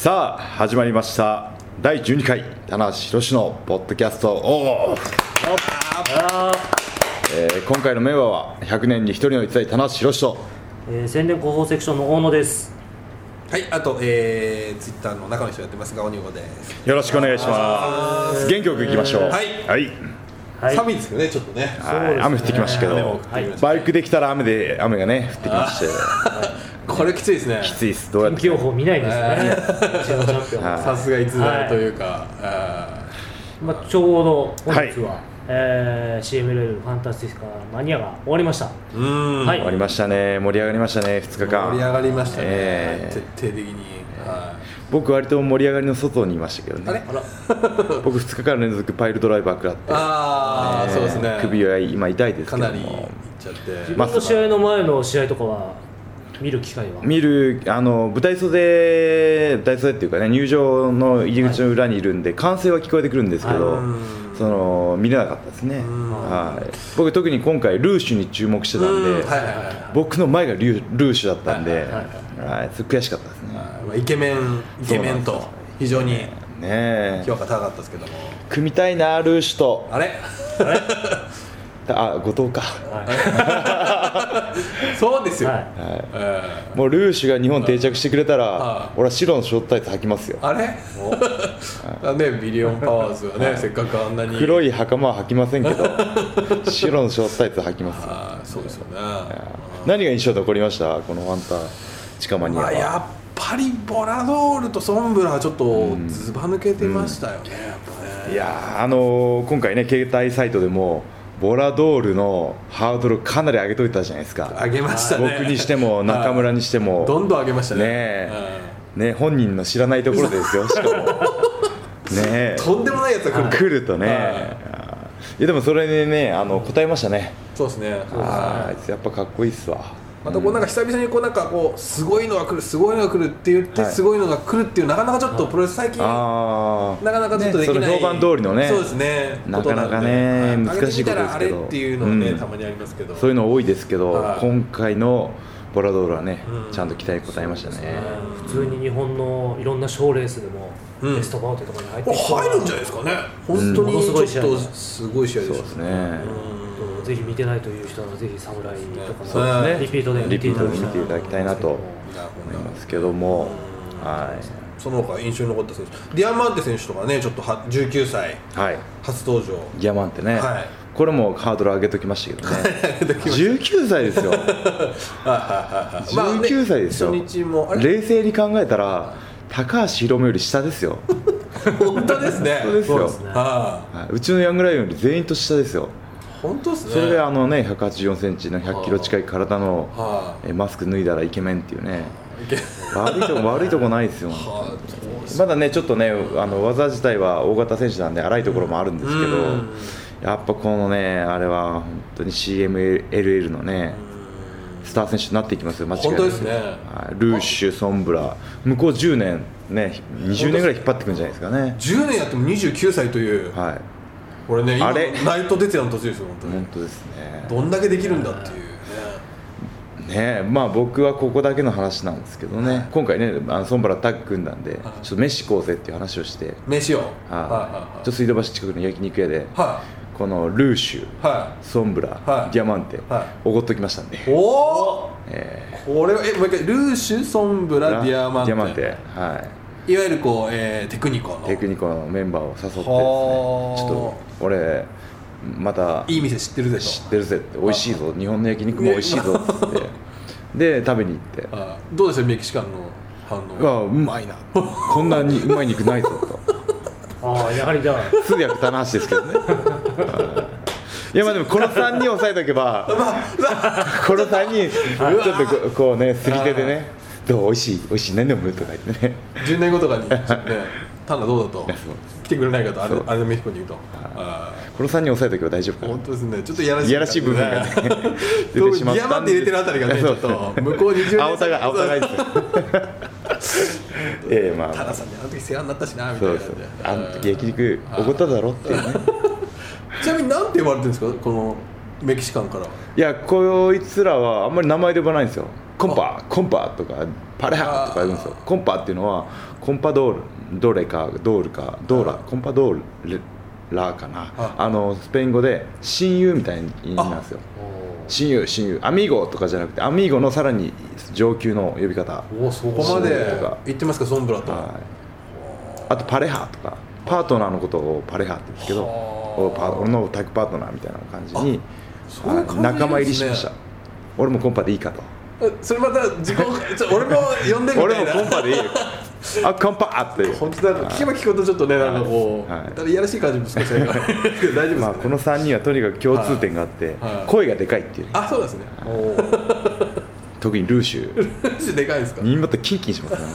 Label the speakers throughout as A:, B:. A: 始まりました第12回棚橋宏のポッドキャストオフ、えー今回のメンバーは100年に一人の逸材棚橋宏と
B: えー、宣伝広報セクションの大野です。
C: はい、あと、えー、ツイッターの中の人やってますが、おにごです。
A: よろしくお願いします元気よくいきましょう
C: はい
A: はい
B: はい。
C: 寒いですけどね、ちょっとね。
A: はい雨降ってきましたけ
C: 雨も
A: ど
C: 降ってきましたね
A: バイクできたら雨で雨がね降ってきまして
C: これきついですね。
A: きついですどうやっ
B: 天
A: て
B: 気予報見ないですね。うちのチャンピオン。
A: はい
C: さすが逸材というか、あ
B: まあちょうど本日は、
A: は
B: えー、CMLL ファンタスティスカマニアが終わりました。
C: ーうーん、
B: はい
A: 終わりましたね盛り上がりましたね2日
C: 盛り上
A: 間
C: がりましたね、
A: えー
C: 徹底的に。は
A: 僕割と盛り上がりの外にいましたけど
C: いあれ
A: ね僕2日間連続パイルドライバー食らって
C: あー、そうですね。
A: 首は今痛いです
C: か
A: け
C: な
A: ど
C: りいっ
A: も
C: ちゃって。
B: 自分の試合の前の試合とかは見る機会は。
A: 見るあの舞台袖舞台袖っていうかね入場の入り口の裏にいるんで、歓声は聞こえてくるんですけど、
B: はいう
A: その見れなかったですね、はい、僕特に今回ルーシュに注目してたんで、
C: うんはいはいはいはい
A: 僕の前がルールーシュだったんで、はい
B: いはい
A: それ悔しかったですね
C: あーまあイケメン、イケメン
A: そう
C: と
A: なんで、
C: 非常に
A: ねえ
C: 評価高かったですけども。
A: 組みたいなルーシュと
C: あれ
A: あ後藤か
B: は
C: そうです
B: い。
C: よ。
B: は
C: え
A: もうルーシュが日本定着してくれたら、
C: はい
A: 俺は白のショートタイツ履きますよ
C: ーあれ あね、ビリオンパワーズはね、せっかくあんなに。
A: 黒い袴は履きませんけど白のショートタイツ履きますよ
C: あーそうですよね
A: 何が印象残りましたこのファンタ地下マニア
C: まあや
A: は
C: っぱりボラドールとソンブラはちょっとずば抜けてましたよね、やっぱ
A: い
C: ね
A: やーあのー今回ね携帯サイトでもボラドールのハードルかなり上げといたじゃないですか
C: 上げました
A: 僕
C: ね
A: にしても中村にしても
C: どんどん上げましたね
A: ねえね本人の知らないところですよし かもねえ
C: うんとんでもないやつが来る、
A: 来るとね
C: はい
A: あーいやでもそれでねあの答えましたね
C: そうですね
A: あーあ
C: はい
A: いつやっぱかっこいいっすわ
C: またこうなんか久々にこうなんかこうすごいのが来るすごいのが来るって言って
A: はい
C: すごいのが来るっていうなかなかちょっとプロレス最近な
A: ああ
C: かなかちょっとできない、
A: ね、その評判通りのね
C: そうですね
A: なかなかね
C: ことな
A: 難
C: んで
A: しいことですけど
C: 上げてみたらあれっていうのもね、
A: うん
C: たまにありますけど
A: そういうの多いですけど、
C: はい
A: 今回のボラドールはね、
C: うん
A: ちゃんと期待に応えましたね
B: い。普通に日本のいろんな賞レースでも、
C: うん
B: ベストバウトとかに入って
C: これ
B: きそう
C: 入るんじゃないですかね本当
B: ものすごい
C: に
B: 試
C: ち
B: 合
C: ょっ
B: だ
C: とすごい試合
A: そ
C: で
A: う
C: すよ
A: ですね。
B: うんぜひ見てないという人はぜひ侍とか
C: そうです
B: の
C: ね
B: リピートで見ていただきたい
A: リピートで見
B: な
A: ていただきたいなと
C: なるほ
A: 思い
C: ど
A: ますけども、は
C: その他印象に残った選手ディアマンテ選手とかねちょっとは19歳
A: い、はい、
C: 初登場
A: ギャマンってね、
C: はい
A: これもハードル上げときましたけど ね。19歳 ですよ。19歳ですよ。
C: まあね初日もあれ
A: 冷静に考えたら高橋宏夢より下です よ。
C: 本当ですね
A: 本当ですよ
B: そうですね
C: は
A: はいうちのヤングライオンより全員と下ですよ。
C: い本当ですね
A: それであのね184センチの100キロ近い体の
C: は
A: えマスク脱いだらイケメンっていうね。悪いとこ悪いとこないですよ。
C: い はいそうです
A: まだねちょっとねあの技自体は大型選手なんで荒いところもあるんですけど、
C: うん
A: やっぱこのねあれは本当に CMLL のね、スター選手になっていきますよ間違いな
C: 本
A: く
C: 当ですね
A: はいルーシュソンブラ向こう10年ね20年ぐらい引っ張っていくんじゃないですかね
C: 10年やっても29歳という
A: はい
C: これね今
A: あれ
C: ナイト哲也の途中ですよ本当
A: 本
C: に
A: 当ですね
C: どんだけできるんだっていうね
A: ねまあ僕はここだけの話なんですけどね今回ねあのソンブラタッグ組んだんで
C: はい
A: ちょっと飯構成っていう話をして
C: 飯を
A: はいちょっ
C: は
A: と水道橋近くの焼肉屋で
C: いは
A: このルーシュ
C: いはい
A: ソンブラ、
C: はい
A: ディアマンテ、
C: は
A: おごっときましたんで、
C: おお、
A: え
C: これはえもう一回ルーシュソンブラディアマンテ
A: はい
C: わゆるこう、えー、テクニコの
A: い、テクニコのメンバーを誘ってですね、ち
C: はあ
A: ょっと俺、また
C: いい店知ってるぜと
A: 知ってるぜって、美味しいぞ、日本の焼肉も美味しいぞっつって、で、食べに行って、
C: あーどうでしたメキシカンの反応
A: うわ、うまいな、こんなにうまい肉ないぞ
B: ああやはりだから
A: と、通訳、棚橋ですけどね。はいいやまあでもこの3人押さえておけばこの3人ちょっとこうこうねすり手でね「どう美味しい美味しい何でも」とか言ってね
C: 10年後とかに、ね、 タンダどうだと
A: そう
C: 来てくれないかとあれ
A: そう
C: あれのメキシコに言うとあ
A: この3人押さえとけば大丈夫
C: ー
A: かな
C: 本当ですねちょっといやらしい、
A: いやらしい部分がね
C: 特にディアマンテ入れてるあたりがねちょっと向こう20年
A: あお互いあお互いですよ ええま
C: タ
A: あ
C: ナさんにあの時世話になったしなみた
A: そ
C: いうな
A: そう
C: 感じで
A: あの時
C: うん
A: 焼肉おごっただろっていうね
C: ちなみになんて言われてるんですかこのメキシカンから
A: いやこいつらはあんまり名前で呼ばないんですよコンパコンパとかパレハとか言うんですよコンパっていうのはコンパドールどれかドールかドーラ
C: あ
A: コンパドールラかな
C: あ
A: あのスペイン語で親友みたいに言いますよ親友親友アミーゴとかじゃなくてアミーゴのさらに上級の呼び方
B: おおそ
C: ここまで
A: そうか
C: 行ってますかソンブラと
A: はいあとパレハとかパートナーのことをパレハって言うんですけど
C: はあ
A: おパ俺のタッグパートナーみたいな感じに
C: そういう感じですね
A: 仲間入りしました俺もコンパでいいかと
C: えそれまた自己ちょ俺も呼んでみ
A: 俺
C: たい
A: も
C: な
A: コンパでいいよあコンパあって
C: 本当なんか聞けば聞くほどちょっとねなんかこう、
A: はい
C: だからいやらしい感じも少しある から大丈夫ですかね、
A: まあこの3人はとにかく共通点があって
C: はいはい
A: 声がでかいっていうね
C: あそうですね
B: お
A: 特にルーシュ
C: でかいですか
A: 耳元キンキンしますね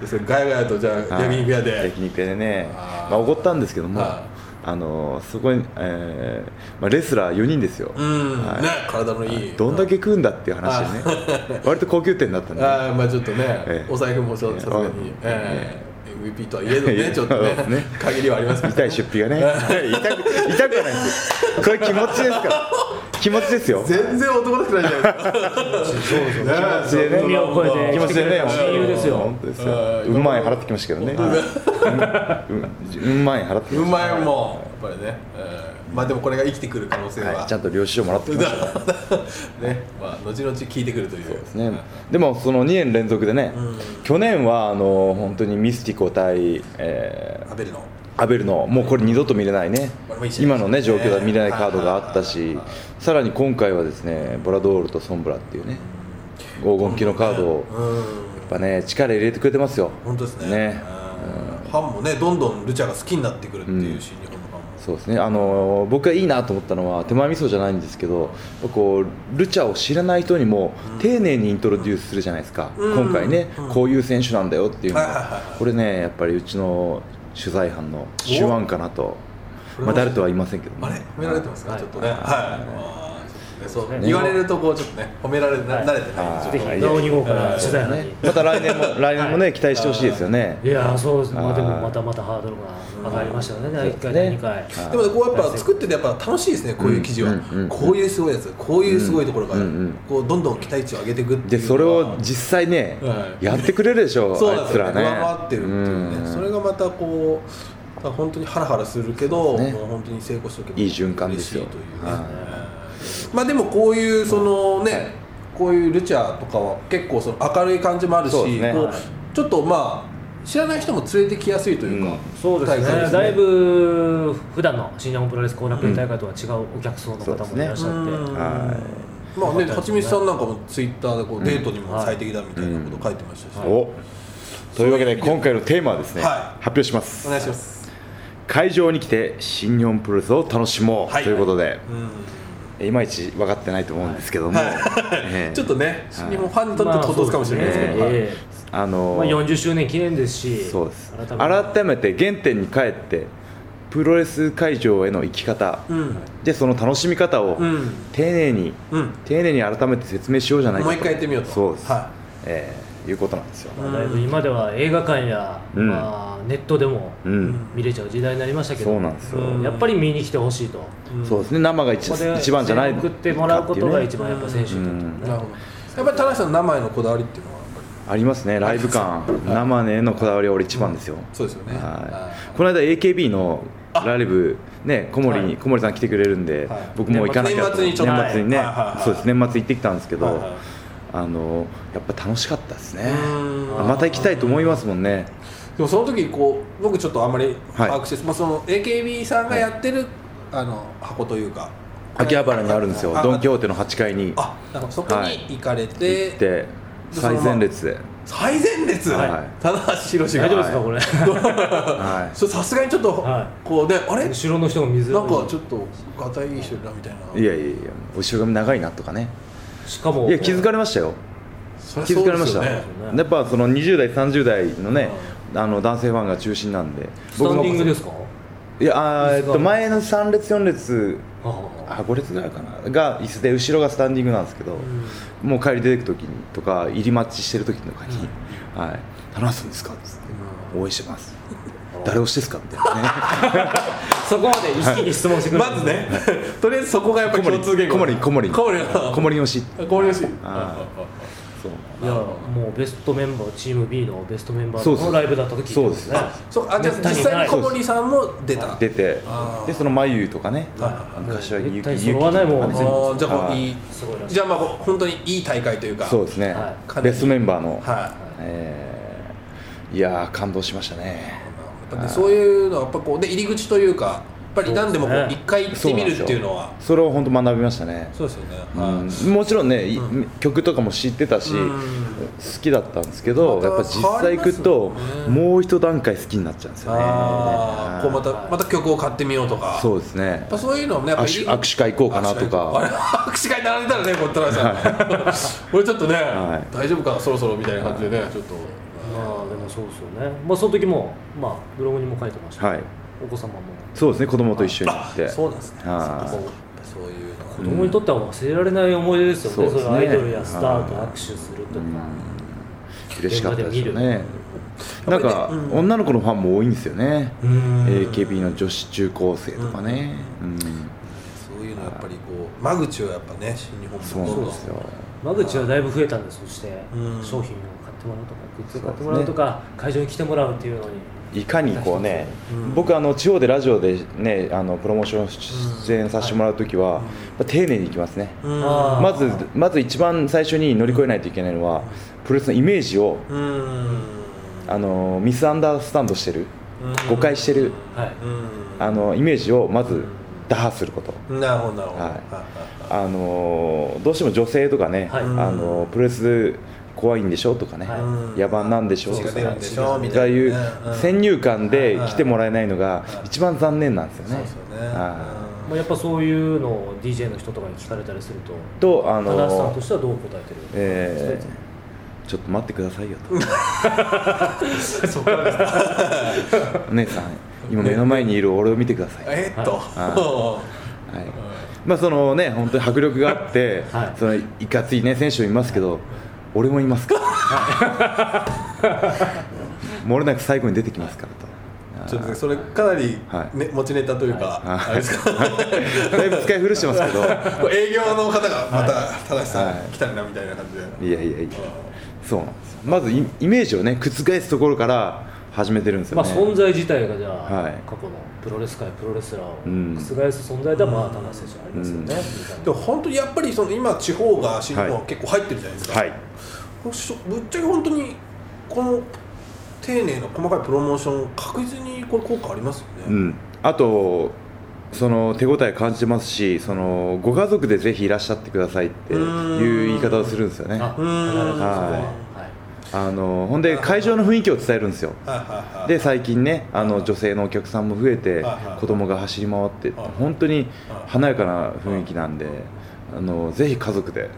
A: 本
C: それガヤガヤとじゃ
A: 当
C: あ
A: に
C: 焼肉屋で、
A: はい焼肉屋でね
C: あー
A: まあおごったんですけども
C: は
A: あのそこにえーまあレスラー4人ですよ
C: うん、
A: はい
C: ね体のいい
A: どんだけ食うんだっていう話でね割と高級店だったんで
C: ああまあちょっとね、
A: ええ
C: お財布もちょっとさすがに、え
A: え
C: え MVP とはいえど ねちょっ
A: い
C: と
A: や
C: ね
A: いやね
C: 限りはありますけど
A: 痛い出費がね痛く痛くはないんですよこれ気持ちですから気持ちですよ
C: 全然男らしくないじゃない ですかね
A: 気持ちでね
B: 海を越えて
A: 気持
B: 来
A: ち
B: て
A: で
B: く
A: ね
B: れた親友ですよ
A: 本当です
C: は
A: よ
C: いう
A: まい払ってきましたけどねうんうんまい払ってき
C: う
A: まし
C: まいもんやっぱりね、ええまあでもこれが生きてくる可能性
A: た
C: は、
A: はいちゃんと領収書もらってきましたから
C: ねまあ後々聞いてくるというそうです
A: ねでもその2年連続でね
C: うん
A: 去年はあの本当にミスティコ対えー
C: アベルの
A: アベルのもうこれ二度と見れないね
C: これもいい試合
A: 今のね
C: でした
A: 状
C: ね
A: 況では見れないカードがあった
C: はい
A: し
C: はいはい
A: さらに今回はですねボラドールとソンブラっていうね黄金期のカードをや
C: うん
A: っぱね力入れてくれてますよ
C: 本当ですね
A: ね
C: うんファンもねどんどんルチャが好きになってくるっていう新日本のファンも、
A: そうですねあの僕がいいなと思ったのは手前味噌じゃないんですけどこうルチャを知らない人にも丁寧にイントロデュースするじゃないですか
C: うん
A: 今回ねこういう選手なんだよっていうの
C: はいはいはい
A: がこれねやっぱりうちの取材班の手腕かなとまあ誰とは言いませんけどね
C: あれ褒められてますか、
B: はい
C: ちょっとねはい、
B: はい
C: あーそうねそう
B: ね
C: 言われるとこうちょっとね褒められ、な
B: はい
C: 慣れてない
A: は
B: お
A: い
B: ぜひ直二号から取材班に
A: ねまた来年も来年もね期待してほしいですよね
B: いやーそうですまあで
A: あ
B: も
A: ー
B: またまたハードルが上がりましたよね第1
A: そ
B: 回
A: う
B: 第
A: ですね
B: 2回
A: はい
C: でもねこうやっぱ作っててやっぱ楽しいですねこういう記事
A: う
C: は、
A: んうん
C: こういうすごいやつこういうすごいところが、
A: うんうん
C: こうどんどん期待値を上げていくって
A: で
C: いうのが
A: それを実際ね
C: はい
A: やってくれるでしょ
C: そう
A: あ
C: なん
A: い
C: で
A: つ
C: すよね
A: らね
C: 上回ってるっていうね、
A: うん
C: それがまたこう本当にハラハラするけ
A: そう
C: ど、
A: ですね
C: もう本当に成功しておけば
A: いい循環ですよ
C: 嬉しいというね、
A: はい
C: まあでもこういうそのね、こういうルチャーとかは結構その明るい感じもあるし
A: そうですねは
C: こ
A: いう
C: ちょっとまあ知らない人も連れてきやすいというか、
A: うん
B: そうですね
C: 大会
B: だいぶ普段の新日本プロレス後楽園大会とは違うお客層の方もいらっしゃって、
C: うん
A: は
C: まあ
B: よ
C: ね、
B: かったですね
C: はちみつさんなんかもツイッターでこうデートにも最適だみたいなこと書いてましたし、
A: おというわけで今回のテーマはですね
C: はい
A: 発表します
C: お願いします。
A: 会場に来て新日本プロレスを楽しもう
C: はい
A: ということで
C: うん
A: いまいち分かってないと思うんですけどもええ
C: ちょっとね、新日本ファンにとって唐突かもしれないですけど、
A: まあそう
C: はい
B: え
A: あ
B: え
A: の
B: まあ、40周年記念ですし
A: そうです
B: 改めて
A: 改めて原点に帰ってプロレス会場への行き方
C: うん
A: でその楽しみ方を
C: うん
A: 丁寧に
C: うん
A: 丁寧に改めて説明しようじゃないかと
C: もう一回やってみようと
A: そうです、
C: は
A: えーいうことなんですよ、
B: まあだいぶ今では映画館や、
A: うん
B: まあ、ネットでも
A: うん
B: 見れちゃう時代になりましたけど、
A: そうなんですよ、
C: うん
B: やっぱり見に来てほしいと、
C: うん
A: そうですね生が
B: ここで
A: 一一番じゃない
B: 送ってもらうことが
A: かって
B: 一
A: いうね
B: 番やっぱ選手にとってもね、
C: なるほど。やっぱり田中さんの生へのこだわりっていうのはやっぱり
A: ありますねライブ感生ねのこだわりは俺一番ですよ、
C: そうですよね。
A: はい、この間 AKB のライブね小森に、
B: はい
A: 小森さん来てくれるんで、
C: はい
A: 僕も行かなきゃと
C: 年末にちょっと
A: 年末にね、
C: はいはいはい
A: そうです年末行ってきたんですけど、
C: はいはい
A: あのやっぱ楽しかったですね
C: うん
A: また行きたいと思いますもんね
C: でもその時こう僕ちょっとあんまり
A: はい
C: 把握して、まあその AKB さんがやってる、あの箱というか
A: 秋葉原にあるんですよドン・キ
C: ョ
A: ホーテの8階に
C: あなんかそこ
A: はい
C: に行かれて、
A: 行って最前列で、
C: 最前列、
A: はい
C: 棚橋宏が
B: 大丈夫ですか、
A: はい
B: これ
A: は、
C: そうさすがにちょっと、
B: はい
C: こうであれなんかち
B: 後ろの人も水
C: ょっとガタイいい人いるなみたいない
A: いやいやいや後ろ髪長いなとかね
B: しかも
A: いや気づかれましたよ
C: そりゃ
A: 気づかれました、
C: そうですよね
B: よね
A: やっぱその20代30代のね、あの男性ファンが中心なんで
B: スタンディングですすか
A: いやあーえっ
B: 椅
A: と
B: 子が
A: 前の3列4列
B: あ
A: あ5列ぐらいかなが椅子で後ろがスタンディングなんですけど、もう帰り出てく時にとか入り待ちしてる時とかに「はい、話すんですか?」って「応援してます」「誰推しですか?」みたいなね
B: そこまで意識に質問してくる、
C: まずね とりあえずそこがやっぱ
A: 小
C: り
A: 森
C: 共通言語
A: 小森小森
C: 小森
A: 小森推し
C: 小森よし
A: あそう
B: いやもうベストメンバーチーム B のベストメンバ
A: そう
B: ー
A: です
B: のライブだった時
A: そうです
B: ね
C: そうかあじゃあ
B: めった
C: 実
B: に
C: 際
B: な
C: に
B: い
C: 小森さんも出た
A: 出て
C: あー
A: でその眉とかね
C: は
A: あの柏木
B: もう
A: 由
B: 絶
A: 紀由
B: 対
A: 紀
B: 揃わないもん
A: とか
C: あ
A: ね
C: ーじゃあもう
A: はい
C: い
B: すごいらしい
C: じゃあまあ本当にいい大会というか
A: そうですね
B: は
A: ベストメンバーの
C: は
A: えーいやー感動しましたね
C: いやっぱねそういうのはやっぱこうで入り口というかやっぱり何でもこ
B: そう
C: う
B: です
C: 一
B: ね
C: 回行ってみるっていうの
A: そな
C: は
A: んですよそれを本当学びましたね
C: そうですよね
A: うん
C: はい
A: もちろんね、い
C: うん
A: 曲とかも知ってたし、
C: うん
A: 好きだったんですけど、
C: また
A: やっぱ実際行くと、
C: 変わりますよね
A: もう一段階好きになっちゃうんですよね。
C: ああこうまたまた曲を買ってみようとか
A: そううですね
C: やっぱそういうのもねやっぱ
A: 握手握手会行こうかなと
C: あれ
A: か
C: 握手会並んでたらねこうトライさんこれちょっとね
A: はい
C: 大丈夫かなそろそろみたいな感じでねちょっと
B: まあでもそうですよねまあその時もまあブログにも書いてましたけど、
A: はい
B: お子様も
A: そうですね子供と一緒に行って
C: あそうなんですね
A: はい
C: そうかそういうのは
B: 子供にとっては忘れられない思い出ですよね、
A: そうで
B: そ
A: すね
B: れはアイドルやスターと
A: はい
B: 握手するとか、
A: 嬉しかったですよ
B: 現場で
A: ねなんか、
C: うん
A: 女の子のファンも多いんですよね、
C: うん
A: AKB の女子中高生とかね、うん
C: そういうのやっぱりこう間口をやっぱね新日本
A: そう
C: も
A: な
C: どん
A: ん
C: どん
A: ですよ
B: 間口はだいぶ増えたんですそして
C: うん
B: 商品を買ってもらうとかグッズを買ってもらうとか会場に来てもらうっていうのに
A: いかにこうね、
C: うん
A: 僕あの地方でラジオでねあのプロモーション出演させてもらう時は、
C: うん
A: やっぱ丁寧にいきますね、
C: うん
B: あー
A: まずまず一番最初に乗り越えないといけないのはプロレスのイメージを
C: うん
A: あのミスアンダースタンドしてる
C: うん
A: 誤解してる
B: はい
C: うん
A: あのイメージをまず打破すること
C: なるほどなるほど
A: はい
C: い
A: あのどうしても女性とかね、
B: はい
A: あのプロレス怖いんでしょとかね、
B: はい
A: 野蛮なんでしょと
C: 血が
A: か
C: 出るん
A: ね
C: でしょみ
A: ああ
C: たい
A: い
C: な
A: う
C: ねん
A: 先入観で
C: はい
A: 来てもらえないのが
C: はい
A: 一番残念なんですよ
C: そう
A: ね
C: ですよね
A: は
B: まあ、やっぱそういうのを DJ の人とかに聞かれたりすると
A: いとあ
B: 田中さん
A: の
B: としてはどう答えてる
A: えーちょっと待ってくださいよ
C: うんそこからですか
A: とお姉さん今目の前にいる俺を見てください
C: えーっと
A: ははいまあそのね本当に迫力があ って、
B: はい
A: そのいかついね選手もいますけど俺もいますから、 もれなく最後に出てきますからと
C: ちょっとねそれかなり
A: はい
C: ね持ちネタというか
A: はい
C: あれです か
A: だいぶ使い古してますけど
C: 営業の方がまた「正さ
A: は
C: ん
A: い
C: 来たな」みたいな感じで
A: いやいやいやそうなんですよまずイイメージをね覆すところから始めてるんです
B: ま
A: よ
B: あ
A: ね、
B: 存在自体がじゃあ、
A: はい
B: 過去のプロレス界プロレスラーを
A: うん
B: 覆す存在ではまあ田中選手ありますよね、
A: うん
B: みたい
C: でも本当にやっぱりその今地方が新日本は結構入ってるじゃないですか、
A: はい
C: これしょぶっちゃけ本当にこの丁寧な細かいプロモーション確実にこれ効果ありますよね、
A: うん、あとその手応え感じてますしそのご家族でぜひいらっしゃってくださいっていう言い方をするんですよね
B: な
A: あ
B: あ必ずそこははい
A: のほんで会場の雰囲気を伝えるんですよ
C: はいはいはい
A: で最近ねあの女性のお客さんも増えて
C: はいはい
A: 子供が走り回って
C: はい
A: 本当に華やかな雰囲気なんであのぜひ家族で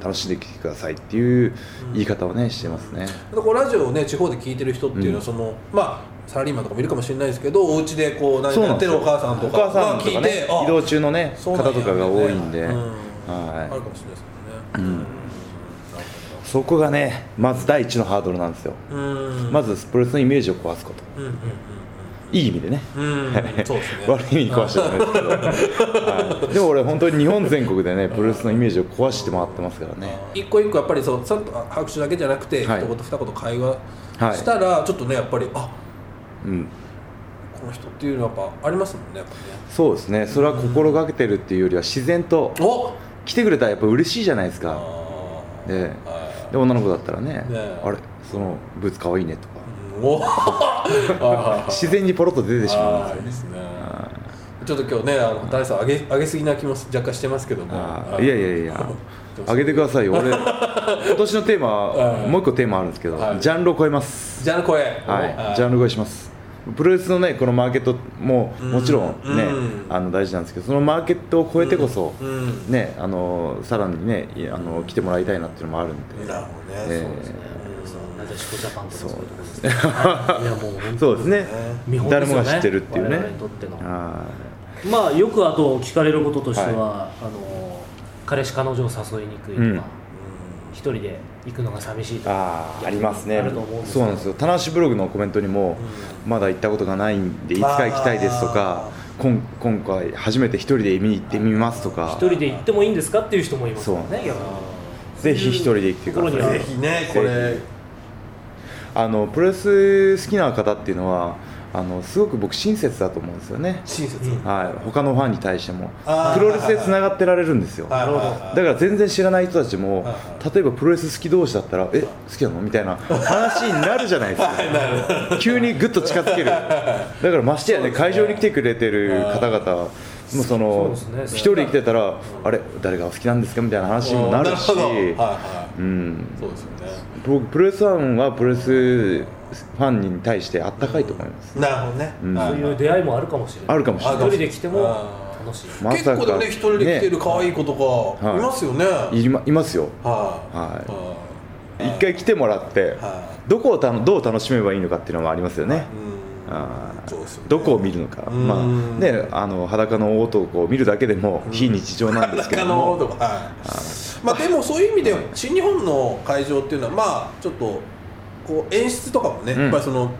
A: 楽しんできてくださいっていう言い方をねしてますね
C: でこうラジオをね地方で聞いてる人っていうのは、
A: うん
C: そのまあサラリーマンとかもいるかもしれないですけどお家でこう何か
A: そうな
C: や
A: ん
C: っ
A: で
C: て
A: す
C: る
A: よ
C: お母さんと
A: お
C: か
A: 母さんとか
C: まあ聞い
A: ね
C: てあ
A: 移動中のね
C: そう
A: 方
C: なんや
A: とかが多いんで
C: うある
A: は
C: かもしれないです
A: う
C: も
A: ん
C: んね
A: いそこがねまず第一のハードルなんですよ
C: うんうん
A: まずプロレスのイメージを壊すこと
C: うんうん
A: いい意味でね
C: うんうんうんそうですね
A: 悪い意味に壊してるんですけど、はいでも俺本当に日本全国でねプロレスのイメージを壊して回ってますからね
C: 一個一個やっぱりそうさっと拍手だけじゃなくて、
A: はい
C: 一言二言会話
A: はい
C: したら、ちょっとねやっぱりあ
A: うん
C: この人っていうのはやっぱありますもんねやっぱね
A: そうですねそれは心がけてるっていうよりは自然と
C: お
A: 来てくれたらやっぱ嬉しいじゃないですか
C: あ
A: ね
C: ーはい
A: で女の子だったらね
C: ね
A: あれそのブーツかわいいねとか
C: うんおあ
A: 自然にポロッと出てしま
C: あ
A: うん
C: ーいい
A: で
C: です
A: よ
C: すねちょっと今日ねあの大さん上げ上げすぎな気も若干してますけども
A: あ
C: は
A: ーいやいやいやあげてくださいよ 俺今年のテーマ
C: うん
A: もう一個テーマあるんですけどジ
C: はい
A: ャンルを超えます
C: じゃあこれ
A: はい、ジャンル超えしますプロレスのねこのマーケットも
C: うん
A: もちろんね、
C: うん
A: あの大事なんですけどそのマーケットを超えてこそ、
C: うんうん
A: ねあのさらにねいあの来てもらいたいなっていうのもあるんで、
C: なるほどね、
A: えー
C: そうですね
B: なでしこジャパンとかそういうところですね。はいいやもう本当に
A: そうですね
B: 見本ですよ
A: 誰
B: ね
A: もが知ってるっていうね
B: 我々にとっての
A: は
B: まあよくあと聞かれることとしては、あの彼氏彼女を誘いにくい
A: う
B: とか、
A: ん
B: 一人で行くのが寂しい
A: い
B: とか、
A: あーありますね
B: あると思うんです
A: そうなんですよ田無ブログのコメントにも、まだ行ったことがないんでいつか行きたいですとかこん今回初めて一人で見に行ってみますとか
B: 一人で行ってもいいんですかっていう人もいます
A: そ
B: よ
A: う
B: ね。逆に
A: ぜひ一人で来てくだ
B: 心には
A: さい
C: ぜひねこれ
A: あのプロレス好きな方っていうのはあのすごく僕親切だと思うんですよね、
C: 親切
B: うん
A: はい、他のファンに対しても
C: あー
A: プロレスでつながってられるんですよ
C: なるほど
A: だから全然知らない人たちも
C: は
A: 例えばプロレス好き同士だったらえ好きなのみたいな話になるじゃないです か急にぐっと近づけるだからましてやね会場に来てくれてる方々もうその
B: そうです
A: 一
B: ね
A: 人で来てたらあれ誰がお好きなんですかみたいな話にもなるし
C: うんなるほどはいうは
A: ん
C: いそうですよね
A: 僕プロレスファンはプロレスファンに対してあったかいと思います
C: なるほどね
A: うん
C: は
B: そう
C: い
B: いう出会いもあるかもしれない
A: あるかもしれ
C: あ
A: ない
C: る
B: 一
C: かも
B: 人で来ても
C: しれない
B: 楽しい
A: ま
C: 結
A: さか
C: 構でもね一人で来てる可愛い子とか
A: はい
C: いますよねはい
A: いりまいますよ
C: はい
A: 一回来てもらって
C: はい
A: どこをたのどう楽しめばいいのかっていうのもありますよね、
C: うん
A: あー
C: そうですよね
A: どこを見るのか、
C: うん
A: まあね、あの裸の大男を見るだけでも非日常なんですけ
C: 中
A: ど
C: 野
A: も、
C: とか、はいまあ、でもそういう意味で新日本の会場っていうのはまあちょっとこう演出とかもね、
A: うん
C: やっぱりその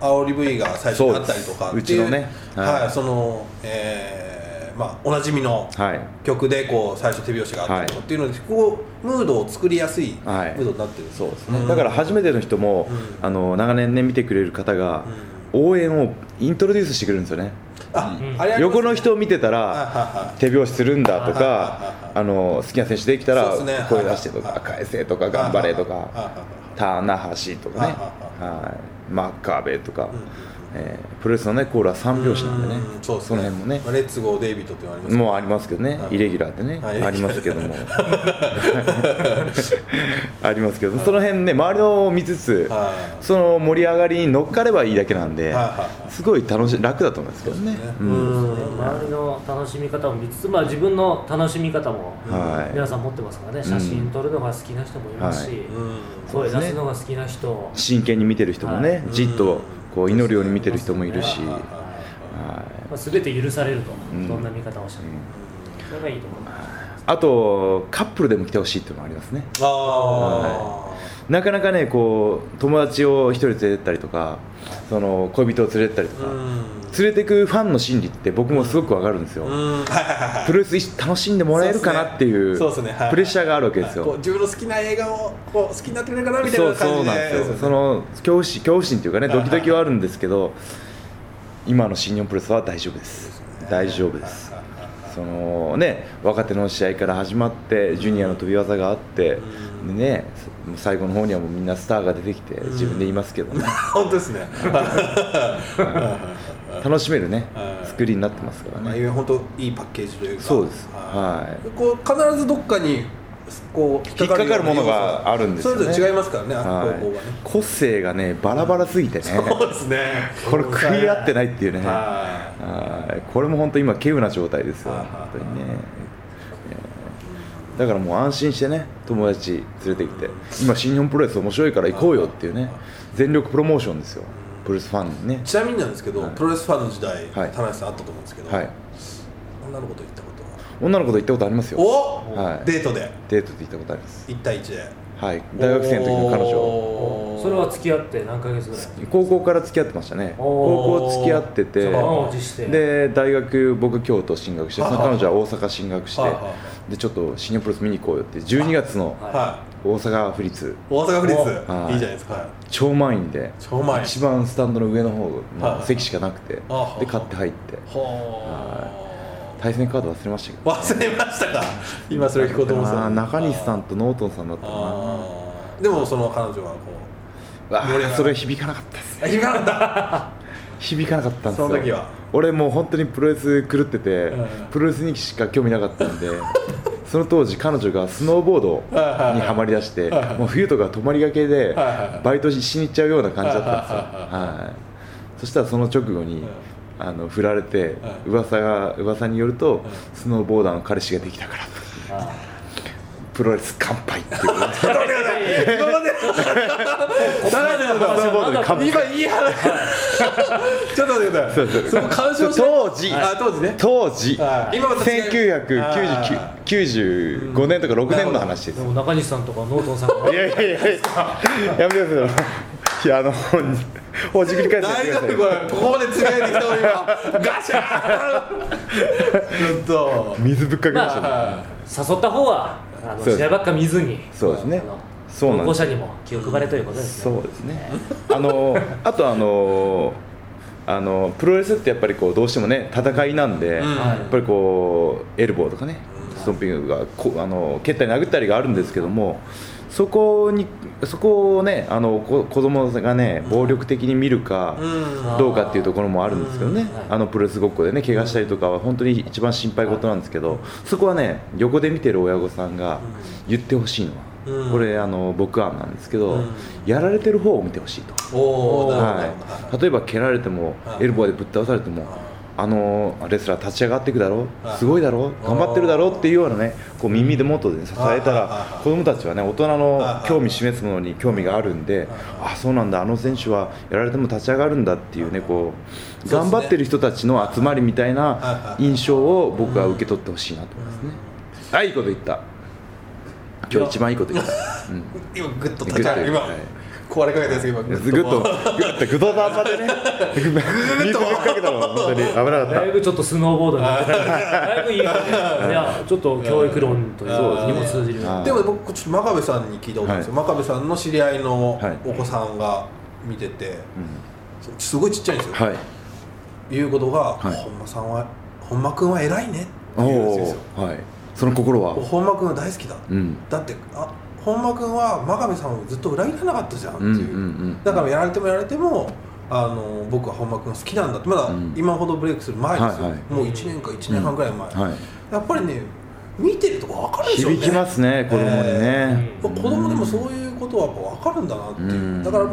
C: 煽り V が最初にあったりとか
A: そうです
C: っていう
A: うちのね
C: は
A: はいい
C: その、えーまあ、おなじみの
A: はい、
C: 曲でこう最初手拍子があったりとかっていうので、こうムードを作りやすいム
A: はい
C: ードになってるんです
A: そうですね、だから初めての人も、
C: うん
A: あの長年ね見てくれる方が、応援をイントロデュースしてくれるんですよね、
C: あ、
B: うん
C: あれありますね
A: 横の人を見てた
C: はいはい
A: ら
C: はい
A: 手拍子するんだと
C: はいはい
A: か
C: はい
A: あの好きな選手できたら
C: そうですね
A: 声出してと
C: はい
A: か返せとか頑張れと
C: はいはい
A: か
C: はいはい
A: 棚橋とか
C: はい
A: ねはい真壁とか、えープロレスのねコーラは3拍子なんでね
C: うんそうです
A: その辺もね
C: まあレッツゴーデイビッドっていうのありますけど
A: もうありますけどね、
C: はい
A: イレギュラーでね、
C: はい
A: ありますけども ありますけどその辺ね周りのを見つつ
C: は
A: その盛り上がりに乗っかればいいだけなん
C: い
A: で
C: はいはい
A: すごい楽しい楽だと思いますけどね
C: そうですね
A: う
B: うんん周りの楽しみ方も見つつ、まあ、自分の楽しみ方も
A: は
B: 皆さん持ってますからね写真撮るのが好きな人もいますし
C: うん
B: 声出すのが好きな人
A: い真剣に見てる人もね、
B: は
A: じっとこう祈るように見てる人もいるし、
C: はいはいはい
A: はい
B: まあ、全て許されると、
A: ん
B: どんな見方をしても、それがいいと思います
A: あとカップルでも来てほしいっていうのもありますね
C: ああ、
A: なかなかねこう友達を一人連れてったりとかその恋人を連れてったりとか、
C: う
A: 連れてくファンの心理って僕もすごくわかるんですよ、
C: ん、うん、はいはいはい
A: プロレス楽しんでもらえるかなっていう
C: そうですねそうですねはい
A: プレッシャーがあるわけです
C: こう
A: よ。
C: 自分の好きな映画をこう好きになってくれるかなみたい
A: そ
C: な
A: うそう
C: 感じ
A: なんです
C: で
A: よ。その恐怖心恐怖心というかね
C: はい
A: ドキドキはあるんですけど、今の新日本プロレスは大丈夫です。大丈夫です。そのね若手の試合から始まってジュニアの飛び技があって、
C: う
A: ねもう最後の方にはもうみんなスターが出てきて
C: ん
A: 自分で言いますけど、ね、
C: 本当ですね
A: 楽しめるね
C: はい
A: 作りになってますから
C: まあ
A: ね。
C: いや本当いいパッケージというか
A: そうです。
C: は
A: はい
C: いこう必ずどっかにこう
A: 引っかかるものがあるんですよね
C: それぞれ違いますからね
A: は
C: 方向が
A: い
C: ね、
A: 個性がねバラバラすぎてね、
C: そうですね
A: これ食い合ってないっていうね、は
C: はい
A: い、これも本当今稀有な状態ですよ
C: はい
A: 本当にね、えーだからもう安心してね友達連れてきて今新日本プロレス面白いから行こうよっていうね全力プロモーションですよプロレスファンにね
C: ちなみになんですけど、
A: はい
C: プロレスファンの時代、
A: はい
C: 田中さんあったと思うんですけど、
A: はい
C: 女の子と行ったことは
A: 女の子と行ったことありますよ
C: お、
A: はい
C: デートで
A: デートで行ったことあります
C: 1対1で
A: はい大学生の時の彼女
C: おー
B: それは付き合って何ヶ月ぐらい
A: 高校から付き合ってましたね
B: お
C: ー
A: 高校付き合ってて
C: そう
B: 満を持して
A: で大学僕京都進学して
C: は
A: そ
C: いは
A: の
C: い
A: 彼女は大阪進学して
C: はいはいは
A: でちょっと新日本プロレス見に行こうよって12月の
B: は
C: は
A: 大阪府立
C: い大阪府立
A: はい
C: いいじゃないですか、はい
A: 超満員で
C: 超満員
A: 一番スタンドの上の方
C: はいは
A: の
C: い
A: 席しかなくてで
C: あ
A: 買って入って
C: は
A: 対戦カード忘れましたけど
C: あ忘れましたか今それ聞こうと思って
A: あ
C: た
A: ー中西さん
C: あ
A: とノートンさんだったか
C: ーでもその彼女はこ
A: なわ
C: 盛り上が
A: あ
C: る
A: それ響かなかったです
C: うあ今なん だ
A: 響かなかったんですよ
C: その時は
A: 俺もう本当にプロレス狂ってて
C: うん
A: プロレスにしか興味なかったんで その当時彼女がスノーボードにはまりだしてもう冬とか泊まりがけで
C: はいはいはい
A: バイトしに行っちゃうような感じだったんですよ、はい、そしたらその直後に
C: うん
A: あの振られて
C: う
A: 噂が噂によると
C: ん
A: スノーボーダーの彼氏ができたから
B: あ
A: プロレス乾杯っていうね
C: 今までならで
A: スノーボ
C: は
A: ードで乾
C: の
A: 杯
C: 今いい話ちょっと待ってくださ
A: そう
C: い
A: そう
C: その干渉しない
A: 当時
C: あ当時ね
A: 当時
C: はい今また違うあ
A: 1995年とか6年の話です
B: でも中西さんとかノートンさんが
A: いやいやいやいや、やめてください。いや、あの、ほじくり返さない
C: 大
A: でください。
C: 丈夫これここまでつないできた俺今ガシャーンちょっと
A: 水ぶっかけましたね。
C: は
B: 誘った方はあの
A: そうです
B: 試合ばっか見ずに
A: そうですね
B: あの
A: そうなん
B: 投稿
A: です
B: 者にも気を配れということですね
A: そうですね。あのあとあのあのプロレスってやっぱりこうどうしてもね戦いなんで、
C: うん
A: やっぱりこうエルボーとかねストンピングがこうあの蹴ったり殴ったりがあるんですけども。そこにそこをねあのこ子供がね暴力的に見るか
C: うん
B: あー
A: どうかっていうところもあるんですけどね
B: うんはい
A: あのプロレスごっこでね怪我したりとかは本当に一番心配事なんですけどそこはね横で見てる親御さんが言ってほしいのは、
C: うん
A: これあの僕案なんですけど、
C: うん
A: やられてる方を見てほしいと、
C: おおなるほ
A: は
C: ど
A: い、例えば蹴られても
C: はい
A: エルボーでぶっ倒されてもあのレスラー立ち上がっていくだろ
C: はい
A: すごいだろ頑張ってるだろっていうようなねこう耳で元で支えた
C: はいはい
A: ら
C: はい
A: 子供たちはね大人
C: は
A: の
C: い
A: 興味示すものに興味があるんであそうなんだあの選手はやられても立ち上がるんだっていうねこう
C: そうで
A: 頑
C: すね
A: 張ってる人たちの集まりみたい
C: は
A: ない
C: はい
A: 印象を僕は受け取ってほしいなと思いますね。あいいこと言った今日一番いいこと言 った。うん
C: 今グッと
A: グッと
C: 今
A: はい
C: 壊れかけたんですけど
A: グ
C: 今
A: ッとグッとグドダンまでね水 ぶっかけたの本当に危なかっ
B: だ
A: た
B: いぶちょっとスノーボードになってたからだいぶいい感 じいやちょっと教育論というかにも通じる
A: はい
B: よ
C: でも僕ちょっと真壁さんに聞いたことあるんですよ、真壁さんの知り合いの
A: はい
C: お子さんが見てて、すごいちっちゃいんですよ、
A: はい
C: いうことが、
A: はい
C: 本間さんは本間君は偉いねって
A: お
C: 言うんで
A: お
C: すよ
A: ーはいその心は
C: 本間君は大好きだ、
A: うん
C: だってあ本間君は真壁さんをずっと裏切らなかったじゃんって
A: う
C: い
A: んうん
C: う、
A: うん
C: だからやられてもやられてもあの僕は本間君好きなんだってまだ
A: うん
C: 今ほどブレイクする前ですよ、
A: はいはい
C: もう1年か1年半ぐらい前、
A: はい
C: やっぱりね見てるとこ分かるでしょうね
A: 響きますね子供にね
C: 子供でもそういうことはこう分かるんだなっていう、
A: うん
C: だからまあ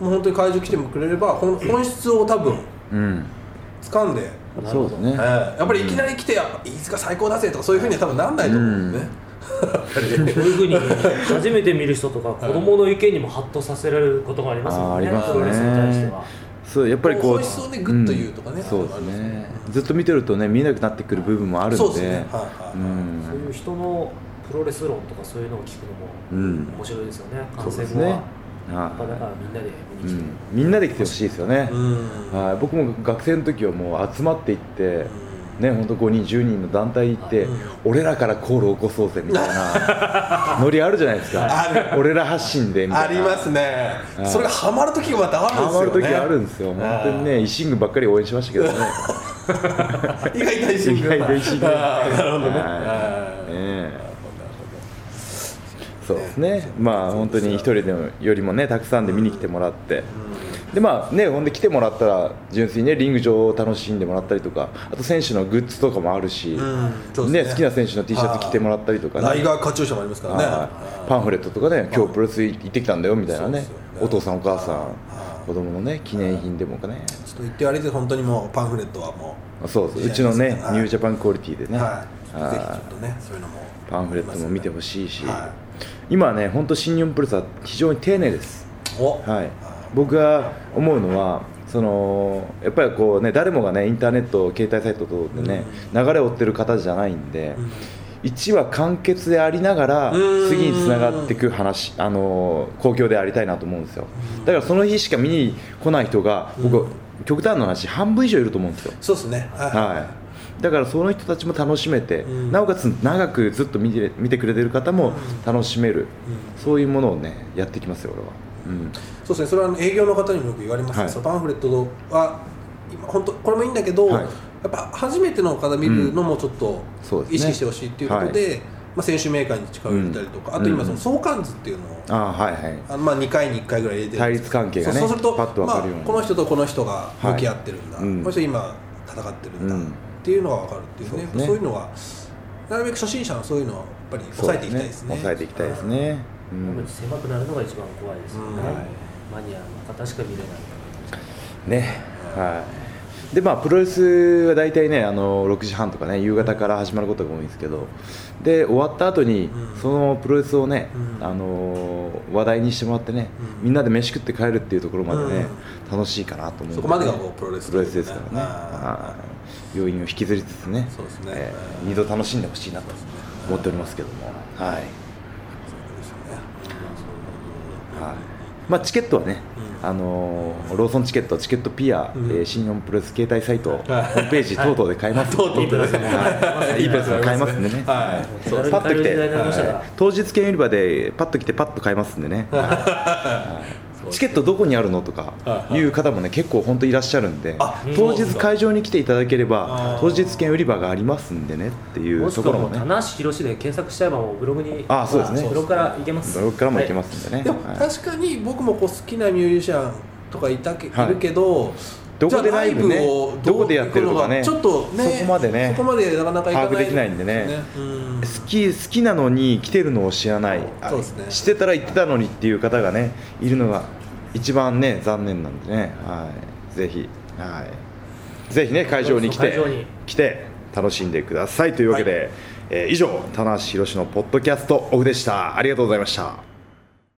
C: もう本当に会場来てもくれれば本本質を多分
A: うん
C: 掴んで、
B: なる
A: そ
B: ほ
A: うで
B: ど
A: す
C: え
A: ね
C: ーやっぱりいきなり来てやっぱ飯塚最高だぜとかそういうふうには多分なんないと思うんだよね、
B: こういうふうに初めて見る人とか子供の意見にもハッとさせられることがありますもんね
A: あーありますね
B: プロレスに対しては
A: そうやっぱりこう
C: 本質をねグッと言うとかね
A: んそうです
C: あるん
A: ね
C: ですよ
A: ずっと見てるとね見えなくなってくる部分もあるんで
C: そうですねはいはい、
A: う
B: そうい
A: ん
B: う人のプロレス論とかそういうのを聞
A: う
B: くのも
A: ん
B: 面白いですよね
A: そ
B: 観
A: うで
B: 戦
A: す
B: 後は
A: ね
B: やっぱだか
A: は
B: らみんなで
A: いう
B: 見に来て
A: んみんなで来てほしいですよね
C: うん
A: はい僕も学生の時はもう集まっていってね、本当5人、10人の団体行って、
C: うん
A: 俺らからコール起こそうぜみたいなノリあるじゃないですか、
C: ある
A: 俺ら発信でみた
C: あ
A: いな、
C: りますね、
A: はい
C: それがハマる時がまたあるん
A: ハ
C: です
A: マ
C: よね
A: る時あるんですよ、本当にね、維新軍ばっかり応援しましたけどね、
C: 意外と一心
A: 意外と維新軍、
C: あーなるほどね、
A: はい
C: うん
A: ねえそうですね、まあ本当に一人でもよりもね、たくさんで見に来てもらって。でまあね、ほんで来てもらったら純粋に、ね、リング上を楽しんでもらったりとかあと選手のグッズとかもあるし、
C: うんそう
A: ね
C: ですね
A: 好きな選手の T シャツ着てもらったりとか、ね、
C: ライガーカチューシャもありますからね
A: はいパンフレットとかね、今日プロレス行ってきたんだよみたいなね
C: そうですよね、
A: お父さん、お母さ
C: は
A: ん、子供のね、記念品でもかね、
C: ちょっと言ってあれで本当にもうパンフレットはも
A: そうです、うちのね、ニ
C: はい
A: ュージャパンクオリティで
C: う、
A: ね、
C: はい、ぜひちょ
A: は
C: っとねそういうのも
A: いパンフレットも見てほしいし
C: は、
A: 今ね、本当、新日本プロレスは非常に丁寧です。
C: お、
A: はい、僕が思うのはそのやっぱりこうね誰もがねインターネット携帯サイト等でね、流れを追ってる方じゃないんで、
C: うん
A: 一1は完結でありながら
C: うん
A: 次につながっていく話あの公共でありたいなと思うんですよだからその日しか見に来ない人が僕、極端な話半分以上いると思うんですよ
C: そうですねはい、
A: はい、だからその人たちも楽しめて、
C: うん
A: なおかつ長くずっと見て見てくれてる方も楽しめる、
C: う
A: そういうものをねやってきますよ俺は、うん、
C: そうですねそれはあの営業の方にもよく言われます、
A: はい
C: そのパンフレットは今本当これもいいんだけど、
A: はい
C: やっぱ初めての方見るのもちょっと
A: そうですね
C: 意識してほしいっていうことで、まあ、選手メーカーに力を入れたりと
A: う
C: か、
A: ん
C: あと今その相関図っていうのを
A: ああはいはい
C: あのまあ2回に1回ぐらい入れてる
A: 対立関係がね
C: そうそうすると
A: パッと分かるように
C: まあ、この人とこの人が向き合ってるんだ、
A: はいうん
C: この人今戦ってるんだ、
A: うん
C: っていうのが分かるっていうね
A: そう
C: そう
A: ですね
C: いうのはなるべく初心者のそういうのはやっぱり抑えていきたいですね
A: そう抑えていきたいですね、う
B: やっぱ
A: ん
B: り、狭くなるのが一番怖いですよね、
C: うんはい
B: マニアの方しか見れない
A: ねはいでまあプロレスは大体ねあの6時半とかね夕方から始まることが多いんですけどで終わった後に、
C: うん
A: そのプロレスをね、
C: うん
A: あのー話題にしてもらってね、
C: うん
A: みんなで飯食って帰るっていうところまでね、楽しいかなと思うんで
C: そこまでがこうプロレス
A: プロレスですからね、
C: あ
A: はい要因を引きずりつつね
C: そうですね
A: えー二度楽しんでほしいなと思っておりますけども、はい
C: ーそうですよね
A: はい、まあ、チケットはね、あのーローソンチケット、チケットピア、
C: うん
A: えー新日本プロレス携帯サイト、ホ
C: はい
A: ームページ等々で買えます、
C: とうとう
B: いいプラスも
A: はいいいプラスも買えますんでね、
C: はい
A: そう
B: 手軽に
A: パッと来
B: 買
A: て、
B: える時代になりましたから
A: はい当日券売り場でパッと来て、パッと買えますんでね、はいチケットどこにあるのとかいう方もね、結構本当いらっしゃるんで
C: あ、
A: 当
C: そう
A: 日
C: なんだ
A: 会場に来ていただければ
C: あ、ー
A: 当日券売り場がありますんでねっていう
B: も
A: と
B: し
A: こ
B: く
A: ろ
B: は
A: も
B: もう
A: ね、
B: 棚橋宏で検索しちゃえばもうブログに
A: あそうですね
B: もブログから行けます、
A: どこからも行けますすんでね。
C: でも
A: はい
C: 確かに僕もこう好きなミュージシャンとかいたけ、
A: はい
C: い、るけど
A: どこでライブね
C: じゃあを
A: どこでやってるとかね
C: どう行くのがちょっとね
A: そこまでね
C: そこまでなかなか行かない
A: 把握できないんでね
C: うん
A: 好き好きなのに来てるのを知らない、あ
C: そうですね
A: 知ってたら行ってたのにっていう方がねいるのが一番ね残念なんでね、はい、ぜひ、はい、ぜひね会場に来て
B: そうそう会場に
A: 来て楽しんでくださいというわけで、えー以上棚橋宏のポッドキャストオフでしたありがとうございました。